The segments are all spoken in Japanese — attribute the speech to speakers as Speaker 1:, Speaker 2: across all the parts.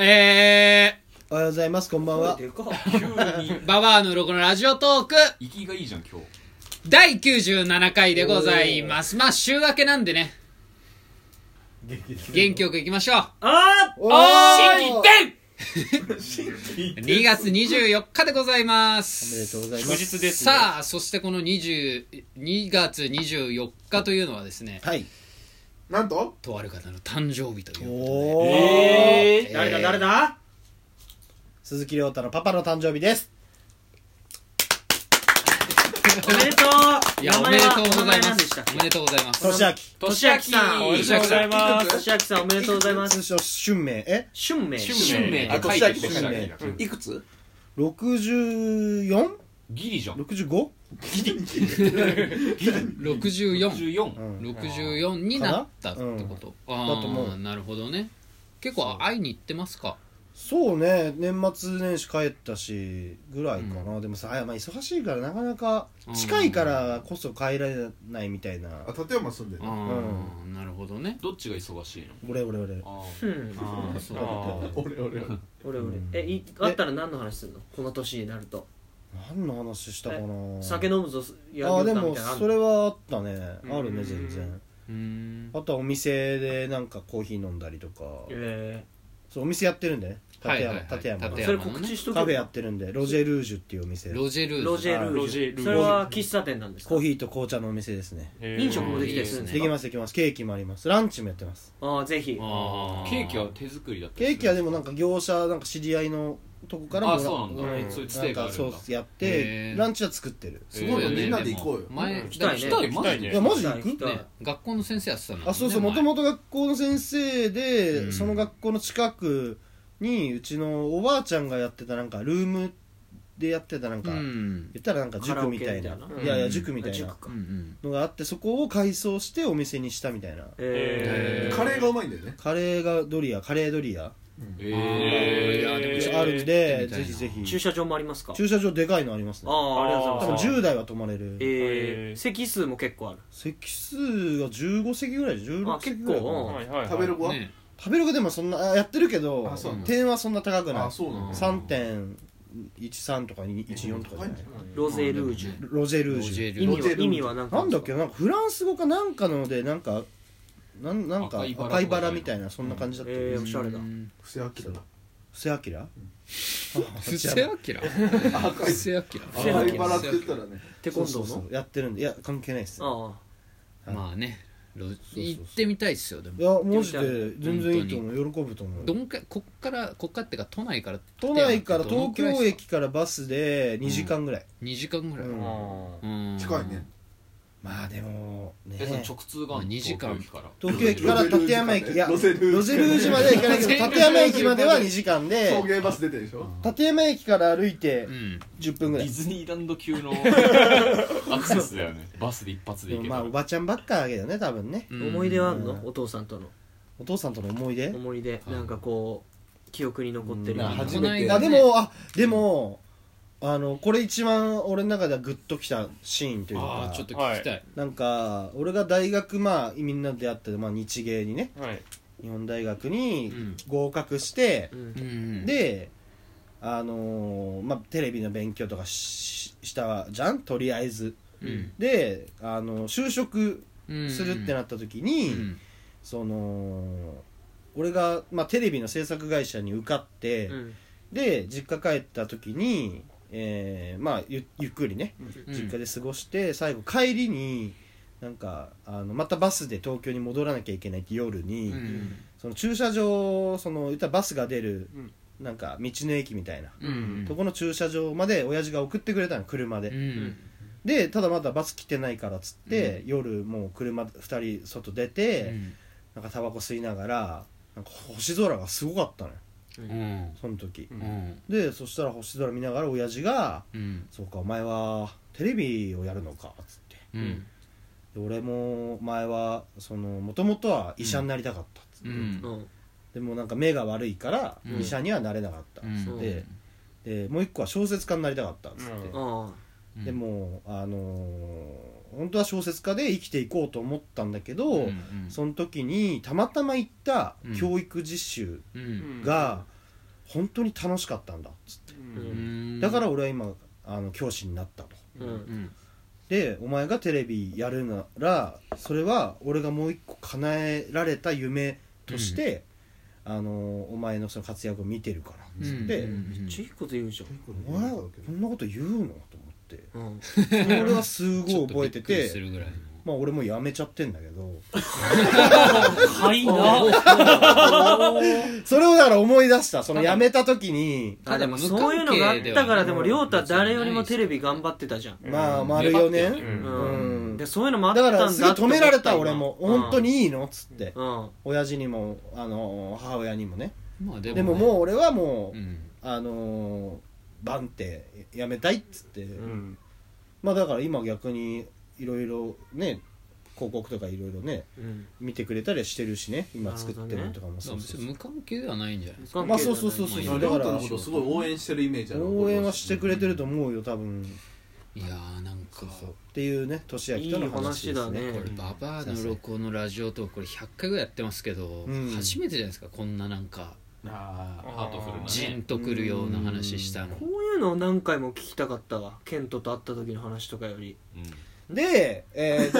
Speaker 1: え
Speaker 2: おはようございますこんばんは
Speaker 3: でかっ急に
Speaker 1: ー、ババアの鱗のラジオトーク、
Speaker 3: 息がいいじゃん今日
Speaker 1: 第97回でございます。まあ、週明けなんでね、元気よく行きましょう。
Speaker 3: あ
Speaker 2: お
Speaker 1: ー
Speaker 2: ー
Speaker 1: 2月24日でございま。
Speaker 2: おめですとうございま
Speaker 4: 祝
Speaker 2: す
Speaker 4: 日ですね
Speaker 1: さあ、そしてこの20 2月24日というのはですね、
Speaker 2: はい
Speaker 5: なんと
Speaker 1: とある方の誕生日ということで。
Speaker 2: おー
Speaker 4: え
Speaker 1: えー
Speaker 4: ー、誰だ誰だ
Speaker 2: 鈴木亮太のパパの誕生日です
Speaker 4: おめでとう
Speaker 1: い
Speaker 4: い
Speaker 1: や、おめでとうござい
Speaker 4: 名前
Speaker 1: ま
Speaker 4: 何でした
Speaker 1: す
Speaker 4: っ。
Speaker 1: おめでとうございます。
Speaker 2: 年明き
Speaker 4: けとしあきさん
Speaker 3: お
Speaker 4: お
Speaker 3: め
Speaker 4: め
Speaker 3: で
Speaker 4: で
Speaker 3: とう
Speaker 4: と
Speaker 3: ござ
Speaker 4: うござ
Speaker 3: い
Speaker 4: い
Speaker 3: ま
Speaker 4: ますすとしあきさんおめでとうございます
Speaker 2: 通称春明え
Speaker 4: 春明
Speaker 3: 春明
Speaker 4: 明
Speaker 5: あ
Speaker 3: 書
Speaker 5: 年
Speaker 3: いて
Speaker 5: 明
Speaker 3: きて
Speaker 5: け年
Speaker 3: 書
Speaker 5: 明
Speaker 3: い
Speaker 5: け
Speaker 3: てき
Speaker 5: いくつ
Speaker 2: 64?65?
Speaker 3: ギリじゃん
Speaker 1: 64。
Speaker 3: 14
Speaker 2: うん
Speaker 1: 64になったってこと。あ
Speaker 2: だと思う
Speaker 1: あ、なるほどね。結構会いに行ってますか
Speaker 2: そうね年末年始帰ったしぐらいかな、でもさ、あまあ、忙しいからなかなか
Speaker 1: うん
Speaker 2: 近いからこそ帰られないみたいな、
Speaker 5: あ立山住んでる
Speaker 1: あ
Speaker 5: の
Speaker 1: あ、なるほどね。
Speaker 3: どっちが忙しいの
Speaker 2: 俺俺俺
Speaker 3: あー
Speaker 4: うん
Speaker 3: あー
Speaker 1: そう
Speaker 4: あー
Speaker 5: 俺俺俺
Speaker 4: 俺俺えいあったら何の話するのこの年になると
Speaker 2: 何の話したかな
Speaker 4: 酒飲むぞや
Speaker 2: ああで
Speaker 4: るよったみ
Speaker 2: も
Speaker 4: たいなのあん
Speaker 2: それ
Speaker 4: の
Speaker 2: はあったね
Speaker 4: うん
Speaker 2: あるね全然
Speaker 1: うーん。
Speaker 2: あとはお店でなんかコーヒー飲んだりとか
Speaker 4: え
Speaker 2: そうお店やってるんでね
Speaker 1: は
Speaker 2: 立
Speaker 1: いはい
Speaker 2: 山
Speaker 1: はい
Speaker 2: 立山
Speaker 4: ー
Speaker 1: 立
Speaker 2: の
Speaker 1: 山
Speaker 4: それ告知しとく
Speaker 2: カフェやってるんでロジェルージュっていうお店
Speaker 1: ロジェルーズ。
Speaker 4: ロジェルージュ
Speaker 2: ロ
Speaker 4: ロジジェェルルーージジュュそれは喫茶店なんですか
Speaker 2: コーヒーと紅茶のお店ですね
Speaker 4: 飲食もできたりするん
Speaker 1: え
Speaker 4: で
Speaker 1: ー
Speaker 4: す
Speaker 2: で
Speaker 4: か
Speaker 2: きますできますケーキもありますランチもやってます
Speaker 4: ああぜひ
Speaker 1: あ
Speaker 3: ケーキは手作りだった
Speaker 2: ケーキはで
Speaker 3: も
Speaker 2: もなんか業者なんか知り合いのとこからもら
Speaker 3: あそうなんだ
Speaker 2: うん
Speaker 3: そういうつてがあるんだ
Speaker 2: なんかそうやっ
Speaker 1: へ
Speaker 2: て
Speaker 1: ー
Speaker 2: ランチは作ってる
Speaker 1: すごいよね。
Speaker 5: みんなで行こうよ
Speaker 1: も前、
Speaker 4: うん
Speaker 1: 来
Speaker 4: 来
Speaker 1: た
Speaker 4: た
Speaker 1: い
Speaker 4: い
Speaker 1: ね
Speaker 4: ね。
Speaker 3: たいマジ
Speaker 2: いや
Speaker 3: で
Speaker 2: マジで行
Speaker 4: 行き
Speaker 2: く
Speaker 4: たい
Speaker 1: ね学校の先生やってたの、
Speaker 2: あそうそうもともと学校の先生で、
Speaker 1: うん
Speaker 2: その学校の近くにうちのおばあちゃんがやってたなんかルームでやってたなん
Speaker 1: う
Speaker 2: か、
Speaker 1: ん
Speaker 2: 言ったらなんか塾みたいな
Speaker 4: カラオ
Speaker 2: い
Speaker 4: ケみたいな
Speaker 2: やいや
Speaker 1: うん
Speaker 2: 塾みたい
Speaker 4: 塾
Speaker 2: な
Speaker 4: か
Speaker 1: うんうん
Speaker 2: のがあってそこを改装してお店にしたみたいな
Speaker 4: え
Speaker 3: え
Speaker 5: カレーがうまいんだよね
Speaker 2: カレーがドリアカレードリア
Speaker 3: え
Speaker 1: あーいやでも
Speaker 4: えー
Speaker 2: あるんで
Speaker 1: 行ってみたいな
Speaker 2: ぜひぜ
Speaker 4: ー駐
Speaker 2: ひ
Speaker 4: 車場もありますか
Speaker 2: 駐車場でかいのありますね
Speaker 4: ああありがとうご
Speaker 2: 多
Speaker 4: ざい
Speaker 2: 分
Speaker 4: ます
Speaker 2: 10台は泊まれる
Speaker 4: ええーー席数も結構ある
Speaker 2: 席数が15席ぐらい16
Speaker 4: あ
Speaker 2: 席
Speaker 4: 結
Speaker 2: ぐらいかな
Speaker 4: 構はい
Speaker 5: 食べる子は
Speaker 1: ね
Speaker 2: 食べログでもそんなあやってるけど
Speaker 5: あそうなんだ
Speaker 2: 点はそんな高くない
Speaker 5: あそうなんだ
Speaker 2: 3.13とかに14とかじゃない
Speaker 4: ロゼルージュ
Speaker 2: ロゼルー
Speaker 1: ロ
Speaker 2: ジ
Speaker 1: ジ
Speaker 2: ュ
Speaker 1: ェル
Speaker 4: 意
Speaker 1: ー
Speaker 4: 味は
Speaker 5: ロゼルージュ
Speaker 4: 意味は何か
Speaker 2: なんだっけなんかフランス語かなんかのでなんかなんなんか
Speaker 3: 赤いバラ
Speaker 2: 赤いバラみたいなそんな感じだったよ
Speaker 4: え
Speaker 2: ね
Speaker 4: ーおしゃれだ
Speaker 5: 布施明だ
Speaker 2: 布施明あ
Speaker 1: 布施明
Speaker 5: 赤
Speaker 1: 布
Speaker 5: い
Speaker 1: 施
Speaker 4: 布施明
Speaker 5: 赤い
Speaker 1: 明
Speaker 5: バラって言ったらね
Speaker 4: テコ
Speaker 2: そう
Speaker 4: ンド
Speaker 2: そうそ
Speaker 4: ーの
Speaker 2: うやってるんでいや関係ないっすい
Speaker 4: あ
Speaker 1: まあねロ
Speaker 2: そう
Speaker 1: 行ってみたいっすよでも
Speaker 2: やマジで全然いいと思う喜ぶと思う
Speaker 1: どんかこっからこっからってか都内から
Speaker 2: 都内から
Speaker 1: どの
Speaker 2: 東
Speaker 1: くらいっす
Speaker 2: 京駅からバスで2時間ぐらい
Speaker 1: 2時間ぐらい
Speaker 2: うん
Speaker 4: あ
Speaker 1: うん
Speaker 5: 近いね
Speaker 2: まあでもね
Speaker 3: えその直通
Speaker 1: ま
Speaker 3: があんの
Speaker 1: あ二時間
Speaker 3: 東京駅から
Speaker 2: 東京駅から立山駅いや
Speaker 5: ロゼルージュ
Speaker 2: ロゼルージュまでは行かないけど立山駅までは2時間で
Speaker 5: 送迎バス出てるでしょ
Speaker 2: 立山駅から歩いて
Speaker 1: うん
Speaker 2: 10分ぐら
Speaker 3: デ
Speaker 2: い
Speaker 3: ィズニーランド級 のアクセスだよねバスで一発で
Speaker 2: で
Speaker 3: 行
Speaker 2: も
Speaker 3: け
Speaker 2: ま
Speaker 3: た
Speaker 2: あ
Speaker 3: ら
Speaker 2: おばちゃんばっかだけどね多分ね
Speaker 1: うん
Speaker 4: 思い出はあんの
Speaker 2: うん
Speaker 4: お父さんとの
Speaker 2: お父さんとの思い出
Speaker 4: 思い出なんかこう記憶に残ってる
Speaker 5: な
Speaker 4: みたい
Speaker 5: 初
Speaker 4: な
Speaker 5: めて
Speaker 2: あでもあでもあのこれ一番俺の中ではグッときたシーンという
Speaker 1: あ
Speaker 2: か
Speaker 1: あちょっと聞きたい
Speaker 2: なんか俺が大学まあみんなで会って、まあ、日芸にね
Speaker 4: はい
Speaker 2: 日本大学
Speaker 1: う
Speaker 2: に
Speaker 1: ん
Speaker 2: 合格して
Speaker 4: う、ん
Speaker 1: うん
Speaker 2: であのーまあテレビの勉強とかししたじゃんとりあえず
Speaker 1: うん
Speaker 2: であの就職
Speaker 1: うん
Speaker 2: するってなった時に、
Speaker 1: うん
Speaker 2: その俺が、まあ、テレビの制作会社に受かって、
Speaker 4: うん
Speaker 2: で実家帰った時に、えーまあゆゆっくりね
Speaker 1: うん
Speaker 2: 実家で過ごして、最後帰りになんかあのまたバスで東京に戻らなきゃいけないって夜に、
Speaker 1: うん
Speaker 2: その駐車場その言ったらバスが出る、
Speaker 4: うん
Speaker 2: なんか道の駅みたいな、
Speaker 1: うん
Speaker 2: とこの駐車場まで親父が送ってくれたの車で、
Speaker 1: うん
Speaker 2: でただまだバス来てないからっつって、夜もう車2人外出て、なんかタバコ吸いながらなんか星空がすごかったのよ
Speaker 1: うん
Speaker 2: その時
Speaker 1: う、ん
Speaker 2: でそしたら星空見ながら親父が
Speaker 1: うん
Speaker 2: 「そうかお前はテレビをやるのか」っつって
Speaker 1: うん
Speaker 2: で俺も前はそのもともとは医者になりたかったっつって、
Speaker 1: うん
Speaker 4: うん
Speaker 2: でもなんか目が悪いから
Speaker 1: うん
Speaker 2: 医者にはなれなかった、
Speaker 1: うん
Speaker 2: ででもう一個は小説家になりたかったっつって、
Speaker 4: あ
Speaker 1: うん
Speaker 2: でもあのー本当は小説家で生きていこうと思ったんだけど、
Speaker 1: うんうん
Speaker 2: その時にたまたま行った教育実習
Speaker 1: うん
Speaker 2: が、本当に楽しかったんだっつって
Speaker 4: う
Speaker 1: うんん
Speaker 2: だから俺は今あの教師になったと
Speaker 4: うん
Speaker 1: うん
Speaker 2: でお前がテレビやるならそれは俺がもう一個叶えられた夢として、あのお前のその活躍を見てるから
Speaker 1: う
Speaker 2: つっ
Speaker 1: ん
Speaker 2: て、
Speaker 1: うん
Speaker 4: めっちゃいいこと言うじゃん
Speaker 2: お前はこんなこと言うのと思って
Speaker 4: うん
Speaker 2: 俺はすご
Speaker 1: ちょ
Speaker 2: い
Speaker 1: っと
Speaker 2: 覚えて
Speaker 1: びっくり
Speaker 2: て
Speaker 1: するぐらい
Speaker 2: まあ俺もやめちゃってんだけど
Speaker 6: かいな
Speaker 2: それをだから思い出したそのやめた時に
Speaker 4: あでもそういうのがあったからでも亮太は誰よりもテレビ頑張ってたじゃん
Speaker 2: まあ丸4
Speaker 1: う
Speaker 2: 年
Speaker 1: ん
Speaker 4: うん
Speaker 2: うん
Speaker 4: でそういうのもあっ
Speaker 2: だ
Speaker 4: た
Speaker 2: か
Speaker 4: んだ
Speaker 2: らすぐ
Speaker 4: って
Speaker 2: 止
Speaker 4: 思っ
Speaker 2: め
Speaker 4: た
Speaker 2: られた俺も
Speaker 4: 今
Speaker 2: 本当にいいのっつって
Speaker 4: うん
Speaker 2: 親父にもあの母親にもね
Speaker 1: まあでも
Speaker 2: でももう俺はも
Speaker 1: う
Speaker 2: うんあのーバンってやめたいっつって
Speaker 4: うん
Speaker 2: まあだから今逆にいろいろね広告とかいろいろね
Speaker 4: うん
Speaker 2: 見てくれたりしてるしね今作ってるのとかも
Speaker 1: だから
Speaker 2: そう
Speaker 1: 別
Speaker 2: そう
Speaker 1: に無関係ではないんじゃないですか
Speaker 2: まあそうそうそうそう
Speaker 1: まあ
Speaker 2: だ
Speaker 5: 亮
Speaker 2: か
Speaker 5: 太の
Speaker 2: ら
Speaker 5: ことすごい応援してるイメージある
Speaker 2: 応援はしてくれてると思うよ多分
Speaker 1: いやーなんか
Speaker 2: っていうね年明との話ですね
Speaker 4: いい話だね
Speaker 1: これ「ババアの録音」のラジオトークこれ100回ぐらいやってますけど
Speaker 2: うん
Speaker 1: 初めてじゃないですかこんななんか
Speaker 3: あーハートフルなね
Speaker 1: ジーンとくるような話したの
Speaker 4: こういうのを何回も聞きたかったわケントと会った時の話とかより
Speaker 2: で、えーと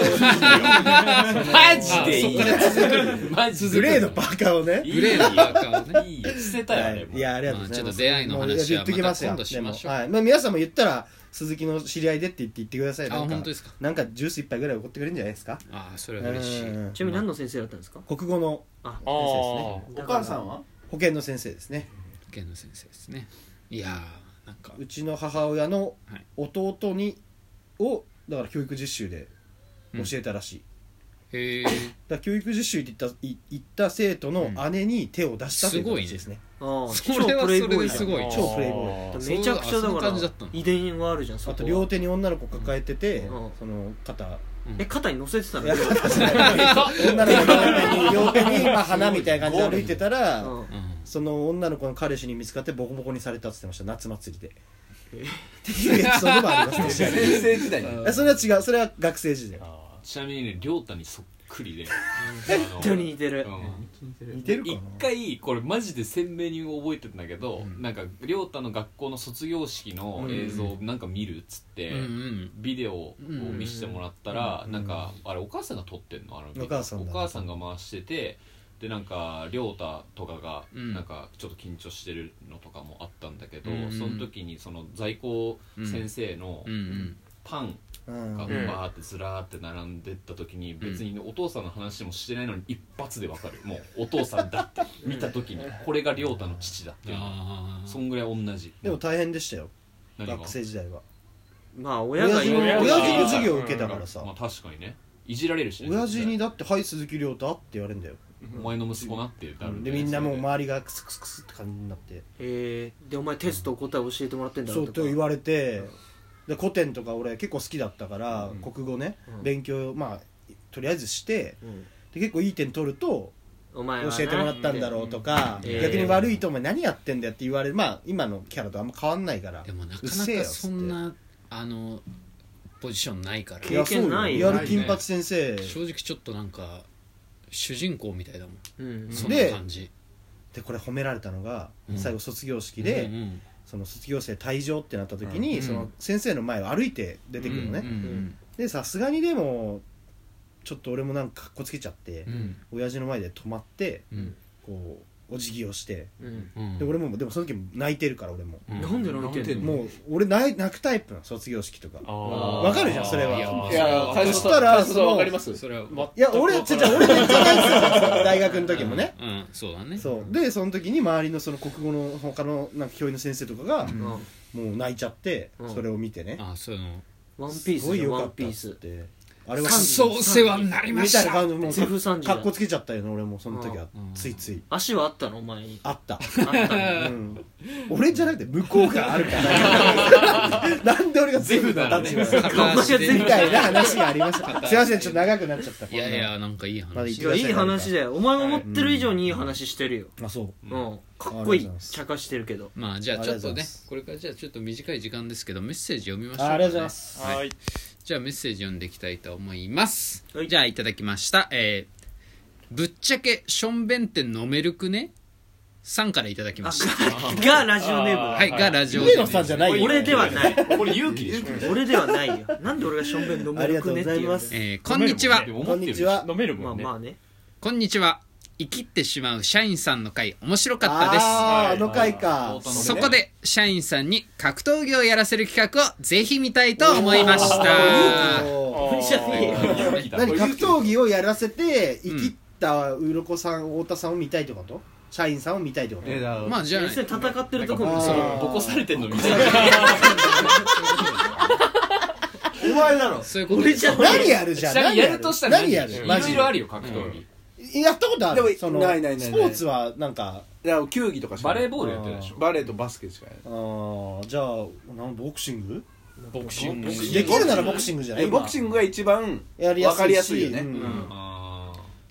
Speaker 3: マジでいい マジで
Speaker 2: グレードバカをね
Speaker 3: いい
Speaker 1: グレーのバカを ね
Speaker 3: いい捨てたよあれも
Speaker 2: いやありがとうござい
Speaker 1: ま
Speaker 2: ます、
Speaker 1: あちょっと出会いの話は
Speaker 2: もう言っときますよ
Speaker 1: また今度しましょう
Speaker 2: でもはいまあ、皆さんも言ったら鈴木の知り合いでって言って言ってください
Speaker 1: あ
Speaker 2: なんか
Speaker 1: 本当ですか
Speaker 2: なんかジュース一杯ぐらい送ってくれるんじゃないですか
Speaker 1: ああそれは嬉しい
Speaker 2: うん
Speaker 4: ちなみに何の先生だったんですか
Speaker 2: 国語の
Speaker 4: あ
Speaker 6: あー
Speaker 5: お母さんは
Speaker 2: 保健の先生ですね
Speaker 1: 健の先生ですねいやーなんか
Speaker 2: うちの母親の
Speaker 1: はい
Speaker 2: 弟にをだから教育実習で教えたらしい、
Speaker 1: へえ
Speaker 2: だから教育実習って言ったい行った生徒の姉に手を出したという形ですね,、
Speaker 4: あー
Speaker 1: それは
Speaker 4: 超プレイボー
Speaker 1: それ
Speaker 4: イ
Speaker 1: です
Speaker 4: じゃん
Speaker 1: ごい
Speaker 2: 超プレイボ
Speaker 6: ー
Speaker 1: い
Speaker 4: めちゃくちゃだ
Speaker 1: そういう
Speaker 4: から
Speaker 1: 感じだったの
Speaker 4: 遺伝はあるじゃんそこ
Speaker 2: あ
Speaker 4: は
Speaker 2: と両手に女の子抱えてて、
Speaker 4: うん
Speaker 2: その肩
Speaker 4: え肩に乗せてたの
Speaker 2: いや肩じゃない女の子抱え てて両手にまあ花みたいな感じで歩いてたら、
Speaker 4: うん
Speaker 1: うん
Speaker 2: その女の子の彼氏に見つかってボコボコにされたって言ってました夏祭りでっていうエ ピソードもありました
Speaker 5: 先
Speaker 2: ね
Speaker 5: 生時代に
Speaker 2: それは違うそれは学生時代
Speaker 3: あーちなみにね亮太にそっくりで
Speaker 4: 本当に似てる
Speaker 3: うん
Speaker 2: 似てるかな
Speaker 3: 一回これマジで鮮明に覚えてたんだけど、
Speaker 2: うん
Speaker 3: なんか亮太の学校の卒業式の映像をなんか見るっつって、
Speaker 1: うんうん
Speaker 3: ビデオを見せてもらったら、
Speaker 2: うん
Speaker 3: なんかあれお母さんが撮ってんのあのビデオ
Speaker 2: お母さんだ
Speaker 3: 母さんが回しててでなんか亮太とかが
Speaker 1: うん
Speaker 3: なんかちょっと緊張してるのとかもあったんだけど、
Speaker 1: うん
Speaker 3: その時にその在校先生の
Speaker 1: うんうん
Speaker 3: パン
Speaker 2: うん
Speaker 3: がバ
Speaker 4: ん
Speaker 3: ーってずらーって並んでった時に別にお父さんの話もしてないのに一発でわかるもうお父さんだ って見た時にこれが亮太の父だっていうのは
Speaker 1: ああ
Speaker 3: そんぐらい同じ
Speaker 2: でも大変でしたよ
Speaker 3: 何が
Speaker 2: 学生時代は
Speaker 4: まあ親
Speaker 2: 親
Speaker 4: が
Speaker 2: 父の
Speaker 6: 親が
Speaker 2: 親父の
Speaker 3: 授
Speaker 2: 授
Speaker 3: 業
Speaker 2: 業を受けたから
Speaker 3: まあ
Speaker 2: さ
Speaker 3: 確かにねいじられるしね
Speaker 2: 親父に
Speaker 3: 絶
Speaker 2: だって「はい鈴木亮太」って言われるんだよ
Speaker 3: 対お前の息子なってなるんだ
Speaker 2: で
Speaker 3: よね
Speaker 2: みんなもう
Speaker 3: それで
Speaker 2: 周りがクスクスクスって感じになって
Speaker 4: えーでお前テスト答え教えてもらってんだ
Speaker 2: そ
Speaker 4: ろ
Speaker 2: うと言われてで古典とか俺結構好きだったから
Speaker 5: うん
Speaker 2: 国語ね
Speaker 4: うん
Speaker 2: 勉強まあとりあえずして
Speaker 4: うん
Speaker 2: で結構いい点取ると
Speaker 4: お前はな
Speaker 2: 教えてもらったんだろうとか、
Speaker 4: うん
Speaker 2: 逆に悪いとお前何やってんだよって言われるまあ今のキャラとあんま変わんないから
Speaker 1: でもなか
Speaker 2: うっ
Speaker 1: な
Speaker 2: せえよ
Speaker 1: か
Speaker 2: っつっ
Speaker 1: そ
Speaker 2: て
Speaker 1: んなあのポジションないから
Speaker 4: 経験ない
Speaker 2: い
Speaker 4: よ
Speaker 2: やそうよリアル金八先生、
Speaker 1: 正直ちょっとなんか主人公みたいだもん
Speaker 4: うん
Speaker 1: そんな感じ
Speaker 2: でこれ褒められたのが、
Speaker 1: うん
Speaker 2: 最後卒業式で、
Speaker 1: うんうん
Speaker 2: その卒業生退場ってなった時に、
Speaker 1: うん
Speaker 2: その先生の前を歩いて出てくるのね、
Speaker 1: うんうん
Speaker 2: でさすがにでもちょっと俺もなんかかっこつけちゃって
Speaker 1: う、ん
Speaker 2: 親父の前で止まって
Speaker 1: うん
Speaker 2: こうお辞儀をして
Speaker 4: うん
Speaker 1: うん
Speaker 2: で俺もでもその時泣いてるから俺も、
Speaker 1: うん
Speaker 4: なんで泣いてんの
Speaker 2: もう俺泣い泣くタイプなの卒業式とか
Speaker 6: あ
Speaker 2: わかるじゃんそれはい
Speaker 1: やまあ
Speaker 5: いや
Speaker 1: それは
Speaker 5: 最初
Speaker 2: そしたら
Speaker 5: 最初はわかります
Speaker 1: それは
Speaker 2: いや俺違う違う俺めっちゃ泣いてたじゃん 大学の時もね
Speaker 1: うんうんそうだね
Speaker 2: そうでその時に周りのその国語の他のなんか教員の先生とかが
Speaker 1: うん
Speaker 4: うん
Speaker 2: もう泣いちゃって
Speaker 4: うん
Speaker 2: それを見てね
Speaker 1: ああそういうの
Speaker 4: ワンピー
Speaker 2: す
Speaker 4: ス
Speaker 2: ごい
Speaker 4: じゃん
Speaker 2: 良
Speaker 4: ワ
Speaker 2: か
Speaker 4: ン
Speaker 2: っ
Speaker 4: ピ
Speaker 2: たっ
Speaker 4: ー
Speaker 2: つっ
Speaker 4: ス
Speaker 2: てあれ
Speaker 1: く
Speaker 2: は
Speaker 1: っそお世話になりま
Speaker 2: み
Speaker 1: した
Speaker 2: たいな感じでもう
Speaker 4: F 三
Speaker 2: か
Speaker 4: 十
Speaker 2: かっこつけちゃったよね俺もその時は
Speaker 1: うん
Speaker 2: ついつい
Speaker 4: 足はあったのお前に
Speaker 2: あった
Speaker 4: あったの
Speaker 2: うん俺じゃなくて向こうがあるからなんで俺がゼフな立場なの
Speaker 1: 片足で
Speaker 4: お前
Speaker 2: みたいな話がありました
Speaker 1: 足
Speaker 2: すいませんちょっと長くなっちゃった
Speaker 1: いやいやなんかいい
Speaker 2: まだ
Speaker 1: 話
Speaker 2: 一
Speaker 4: いやいい話だよお前思ってる以上にいい話してるよ
Speaker 2: あそう
Speaker 3: うんん
Speaker 4: かっこ
Speaker 2: ありがとうござ
Speaker 4: い
Speaker 2: い
Speaker 4: い
Speaker 2: ます
Speaker 4: 茶化してるけど
Speaker 1: まあじゃあちょっと
Speaker 2: ありがとうございま
Speaker 1: ね
Speaker 2: す
Speaker 1: これからじゃあちょっと短い時間ですけどメッセージ読みましょうか
Speaker 2: あ
Speaker 1: ね
Speaker 2: ありがとうございます
Speaker 6: ーはい
Speaker 1: じゃあメッセージ読んでいきたいと思います、
Speaker 4: はい
Speaker 1: じゃあいただきましたえーぶっちゃけしょんべんって飲めるくねさんからいただきました
Speaker 4: ががラジオネームだ
Speaker 1: はいがラジオ
Speaker 2: 上野さんじゃないよ
Speaker 4: 俺ではない
Speaker 3: これ勇気でしょ
Speaker 4: 俺ではないよなんで俺がしょんべん飲む
Speaker 2: ありがとうございます
Speaker 1: えーこんにちは
Speaker 3: でも
Speaker 2: こ
Speaker 3: 思っ
Speaker 2: ん
Speaker 3: て
Speaker 2: に
Speaker 3: るで
Speaker 2: ち
Speaker 3: しょ
Speaker 2: は
Speaker 6: 飲める
Speaker 4: まあ
Speaker 6: もんね
Speaker 4: まあね
Speaker 1: こんにちは生きってしまう社員さんの回面白かったです
Speaker 2: あーあ
Speaker 6: はい
Speaker 2: の回か
Speaker 3: あー
Speaker 1: そこで社員さんに格闘技をやらせる企画をぜひ見たいと思いました
Speaker 2: おー
Speaker 4: あじゃねえよ
Speaker 3: 勇気だ
Speaker 2: 何格闘技をやらせて
Speaker 1: う
Speaker 2: 生
Speaker 1: ん
Speaker 2: きった鱗さん太田さんを見たいってこと社員さんを見たいってこと
Speaker 5: えだ
Speaker 1: まあじゃあ
Speaker 4: 要するに戦ってるとこ
Speaker 2: あ
Speaker 4: 見
Speaker 2: ー
Speaker 4: せる
Speaker 3: ボコされてんの見たいな
Speaker 5: お前だろ
Speaker 1: そういうこと
Speaker 4: 俺
Speaker 1: で
Speaker 4: じ
Speaker 1: す
Speaker 4: ゃない
Speaker 2: 何やるじゃん
Speaker 3: ちなみにやるとしたら
Speaker 2: 何やる
Speaker 3: い
Speaker 2: マ
Speaker 3: ろ
Speaker 2: ジ
Speaker 3: い
Speaker 2: で
Speaker 3: ろあるよ格闘技
Speaker 2: やったことある
Speaker 5: でも
Speaker 2: その
Speaker 5: ないないないな
Speaker 2: ス
Speaker 5: い
Speaker 2: ポーツはなんか
Speaker 5: いや球技とかしか
Speaker 3: バ
Speaker 5: ない
Speaker 3: レーボールやってるでしょ
Speaker 5: バレーとバスケしかない
Speaker 2: あーじゃあなんボクシング
Speaker 6: ボクシング
Speaker 2: できるならボクシングじゃない
Speaker 5: えボクシングが一番
Speaker 2: やりやすいし
Speaker 5: わかりやすいよね
Speaker 2: うん
Speaker 1: うん
Speaker 3: あ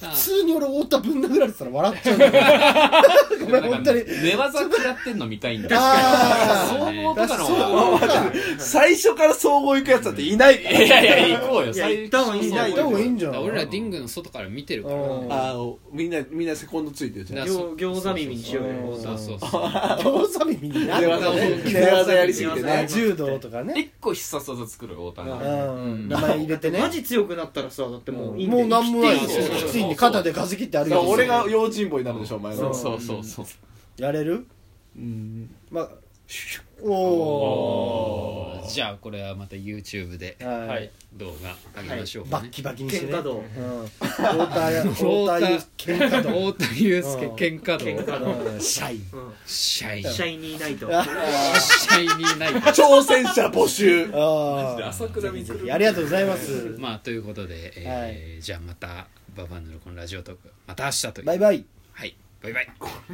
Speaker 2: 普通に俺太田ぶん殴られてたら笑っちゃうん だけどご
Speaker 3: ー
Speaker 2: めん本当に
Speaker 3: 寝技食らってんの見たいんだ
Speaker 2: あー
Speaker 3: 総合とかの
Speaker 2: そう
Speaker 3: 方が
Speaker 2: か
Speaker 5: 最初から総合行くやつだって いない
Speaker 3: いやいや行こうよ
Speaker 4: いや
Speaker 3: 最
Speaker 4: 行った方がいいん
Speaker 2: い
Speaker 4: じ
Speaker 2: や
Speaker 4: ゃ
Speaker 2: い
Speaker 4: な
Speaker 2: た方がいいんじゃ
Speaker 1: だか
Speaker 2: な
Speaker 1: ら
Speaker 2: い
Speaker 1: 俺らディングの外から見てるからね
Speaker 2: うん
Speaker 5: あーみんなみんなセコンドついてるじゃ
Speaker 1: だ
Speaker 5: ん
Speaker 4: 餃餃子耳にしようよ
Speaker 1: そうそうそう
Speaker 2: 餃子耳にな
Speaker 5: 寝
Speaker 2: る
Speaker 5: 技を
Speaker 2: ね
Speaker 5: 寝技やりすぎて
Speaker 2: あ
Speaker 5: ね
Speaker 2: 柔道とかね
Speaker 3: 一個必殺技作るよ太田
Speaker 2: う
Speaker 3: が
Speaker 2: ん名前入れてね
Speaker 4: マジ強くなったらさだってもういいんだ
Speaker 2: もう
Speaker 4: よ
Speaker 2: なんもない
Speaker 4: 生
Speaker 2: よ
Speaker 4: きて
Speaker 3: そうそうそう
Speaker 2: きついんで肩で風切って歩い
Speaker 5: だ
Speaker 2: て
Speaker 5: から
Speaker 2: る
Speaker 5: 俺が用心棒になるでしょお前
Speaker 2: そ
Speaker 5: の
Speaker 2: う
Speaker 3: そうそうそう
Speaker 2: やれる
Speaker 5: うん
Speaker 2: まあおお
Speaker 1: じゃあこれはまた YouTube で
Speaker 2: は
Speaker 6: はいい
Speaker 1: 動画上げましょうか
Speaker 2: バ
Speaker 1: ね
Speaker 2: ッキバキにして
Speaker 4: 喧
Speaker 2: ね
Speaker 4: 嘩道
Speaker 2: うん太田や太田ゆ喧嘩
Speaker 1: 太
Speaker 2: 道
Speaker 1: 田祐介喧
Speaker 4: 喧
Speaker 1: 嘩道
Speaker 4: 嘩道
Speaker 2: うんシャイ
Speaker 4: うん
Speaker 1: シャイ
Speaker 4: シャイニーナイト
Speaker 1: シャイニーナイト
Speaker 5: 挑戦者募集
Speaker 2: あ
Speaker 3: で
Speaker 2: あ
Speaker 3: 朝倉未来
Speaker 2: ありがとうございます
Speaker 1: まあということで、えーじゃあまた「ババアのロコンラジオトーク」また明日という
Speaker 2: バイバイ
Speaker 1: はいバイバイ